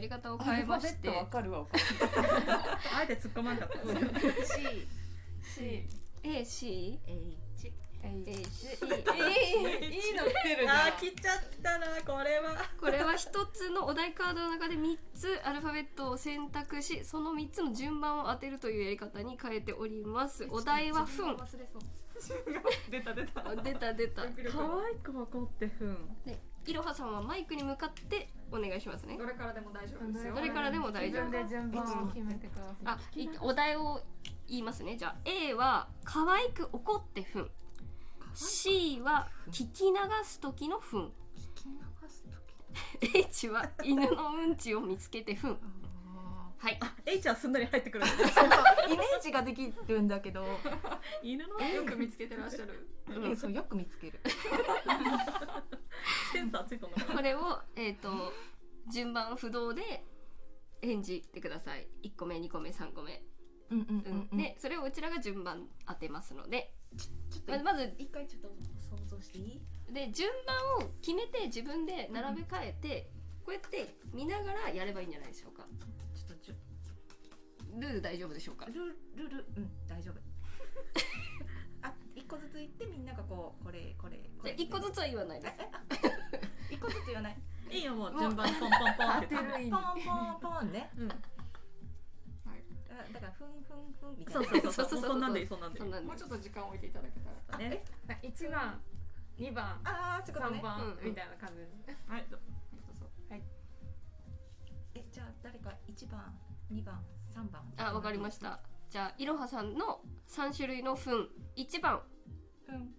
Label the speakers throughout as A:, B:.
A: り方を
B: ア
A: 変え
B: ルフ
A: ま
B: ァベ
A: し
B: ット
A: て
B: わかるわお母さん
C: あえて突っ込まんかったですね
D: C C H
A: AC AC
B: いいの来てるじゃん
C: あー来ちゃったなこれは
A: これは一つのお題カードの中で3つアルファベットを選択しその3つの順番を当てるというやり方に変えておりますお題は「ふん
D: 忘れそう
C: 出た出た」
A: 出た出た
C: 可愛く怒ってふん
A: でいろはさんはマイクに向かってお願いしますね
D: どれからでも大丈夫ですよ
A: どれからでも大
B: 自
A: 丈夫
B: 分で順番を決めてください
A: あいお題を言いますねじゃあ A は「可愛く怒ってふん」C は「聞き流す時のふん」H は「犬のうんちを見つけてふん」はい
C: エイちゃんすんなり入ってくる
B: イメージができるんだけど、
C: 犬の
D: よく見つけてらっしゃる
A: うん
B: そうよく見つける。
C: センサーついたのかな
A: これを、えー、と順番不動で演じてください1個目2個目3個目、
B: うんうん
A: うんでそれをうちらが順番当てますので
D: ちょっ
A: ままず
D: 一回ちょっと想像していい
A: で順番を決めて自分で並べ替えて、こうやって見ながらやればいいんじゃないでしょうか
D: ちょっとじゅ
A: ルール大丈夫でしょうか
D: ルルルうん 大丈夫あ一個ずつ言ってみんながこうこれこれこ
A: じゃ
D: れ
A: 1個ずつは言わないです
D: 一個ずつ言 わない
C: いいよもう順番ポンポンポンって
B: 当てる意
D: ポ
B: 味。
D: ンポンポンね
C: うん
D: あだからふんふんふんみたい
C: そ
D: な
C: うそうそう
A: そ
C: そううそ
A: そうそう
C: んなんでいいそんなんでい
A: そんなん
E: もう
A: で
E: ちょっと時間置いていただけたら
C: いね
E: 1番2番
D: ああそういうこと
E: 3
D: ね
E: 番
A: うん
E: みたいな感じですね
C: はい
E: そうそうはい
D: えじゃあ誰か一番二番三番
A: あわかりましたじゃあいろはさんの3種類の糞1番
D: ふん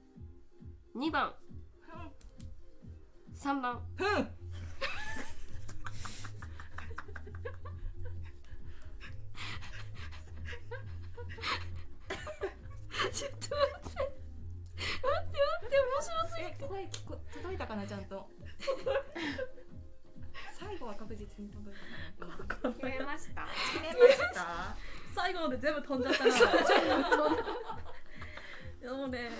A: 2番
D: ふん
A: 3番
D: ふん
A: ちょっと待って待って待って面白すぎ
D: え声聞こ届いたかなちゃんと最後は確実に届いたかな
E: 決めました
D: 決めました
C: 最後まで全部飛んじゃったなもうね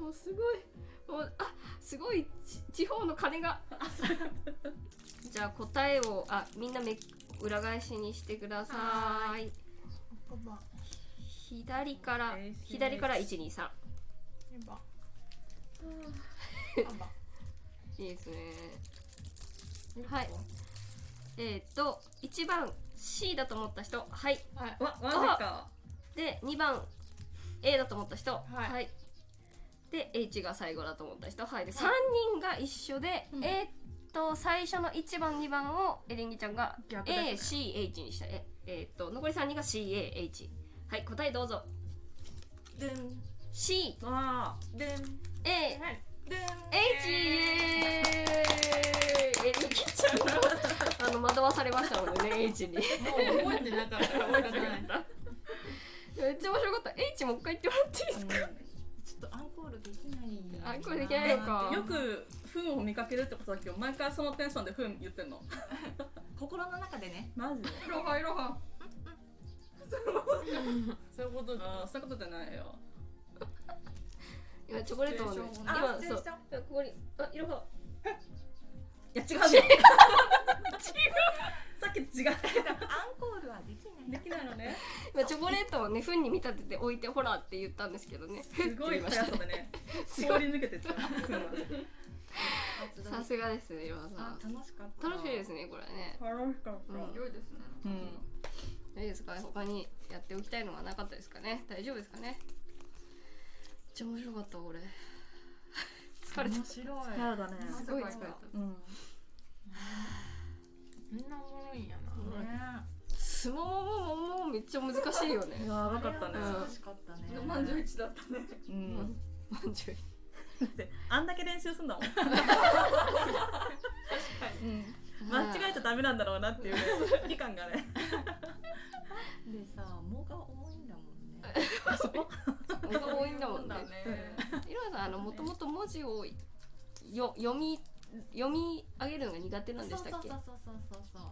A: もうすごいもうあすごいち地方の鐘がじゃあ答えをあみんなめ裏返しにしてください左から
C: 嬉しい
A: 左から123
E: 2番
A: いいですねはいえっ、と1番 C だと思った人はい
E: はい
C: わマジか
A: で2番 A だと思った人はいで H が最後だと思った人はいで3人が一緒で、
E: うん
A: えーっと最初の1番2番をエリンギちゃんが
C: 逆ですね
A: ACH にしたええーっと残り3人が CAH はい答えどうぞ
D: でんでん
A: CAH
C: わあ
D: でん
E: はい
A: エリンギちゃんがあの惑わされましたのでね H に
E: もう覚えてなかったから分からない
A: めっちゃ面白かった H もう一回言ってもらっていいですか
D: ちょっとアンコールできない
A: アンコールできないのか
C: よくフンを見かけるってことだけど毎回そのテンションでフン言ってんの
D: 心の中でね
C: マジで
E: いろはいろは
C: そういうことだそういうことじゃないよ
A: 今チョコレートをね
E: シチュエーション
A: 今
D: あ失
A: そ
D: 礼
A: う
D: した
A: いやここにあいろはい
C: や違うの違うさっきと違う
D: アンコールはできない
C: できないのね
A: 今チョコレートをね糞に見立てて置いてほらって言ったんですけどね
C: すごい速さでね
A: すご
C: 通
A: い
C: り抜けてっちゃうフンは
D: 活動
A: さすがですねいろは
D: あ
A: さ
D: 楽しかった
A: ん楽しいですねこれね
C: 楽しかっ
E: い良いですね
C: うん
A: いいですか他にやっておきたいのはなかったですかね大丈夫ですかねめっちゃ面白かった俺疲れた
D: 面白い
C: 腹だね
A: すごい疲れた
C: うん
E: みんなおもろいんやな
A: すもももももめっちゃ難しいよね
C: いやばかったね
A: うん
D: 楽しかったね
E: おまんじゅう一だったね
C: う
A: うんんまんじゅう
C: だってあんだけ練習すんだもんうん間違えちゃダメなんだろうなっていうね理感がね
D: でさ藻が重いんだもんね
A: 音が多いんだもんね
E: そう
A: いろはさんあのもともと文字をよ読み読み上げるのが苦手なんでしたっけ
D: そうそうそうそうそう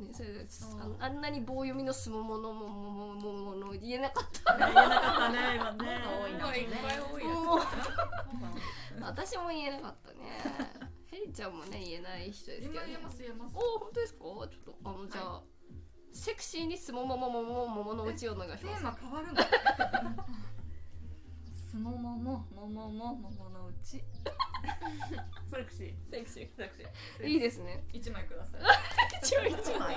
A: ね、それで
D: そう
A: あのあんなに棒読みのすもものもももももの言えなかっ
C: 言えなかったね今ね
E: 多いな
D: ね
E: いっぱい多い
A: た
E: や
A: もう私も言えなかったねヘリちゃんもね言えない人ですけど、
E: 今言え
A: ね
E: ま、す言えます
A: おお本当ですかちょっとあのじゃあ、セクシーにすももももももものうちをお願いし
E: テ
A: ます
E: ーマ変わるの
C: すももももももものうち
D: セクシー
C: セクシー
D: セクシー
A: いいですね
E: 一枚ください
A: 一応一応
D: 一枚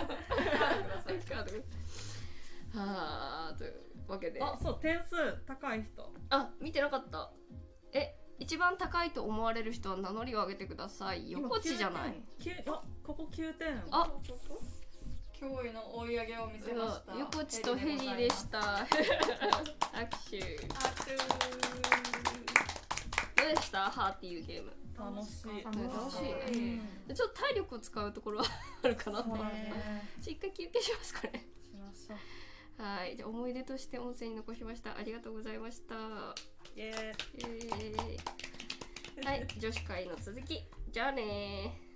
A: はあというわけで
C: あそう点数高い人
A: あ見てなかったえ一番高いと思われる人は名乗りを上げてください横地じゃない
C: 九あここ九点
A: あ
F: 驚異の追い上げを見せました
A: 横地とヘリで
F: た
A: した握手どうでしたハーっていうゲーム
C: 楽しい
B: 楽
A: 楽し
B: し
A: いちょっと体力を使うところはあるかなと
C: そう
A: 思う
C: だね
A: ちょ一回休憩しますかね
C: しましょう
A: はいじゃあ思い出として音声に残しましたありがとうございました
C: イエーイ
A: イエーイはい女子会の続きじゃあねー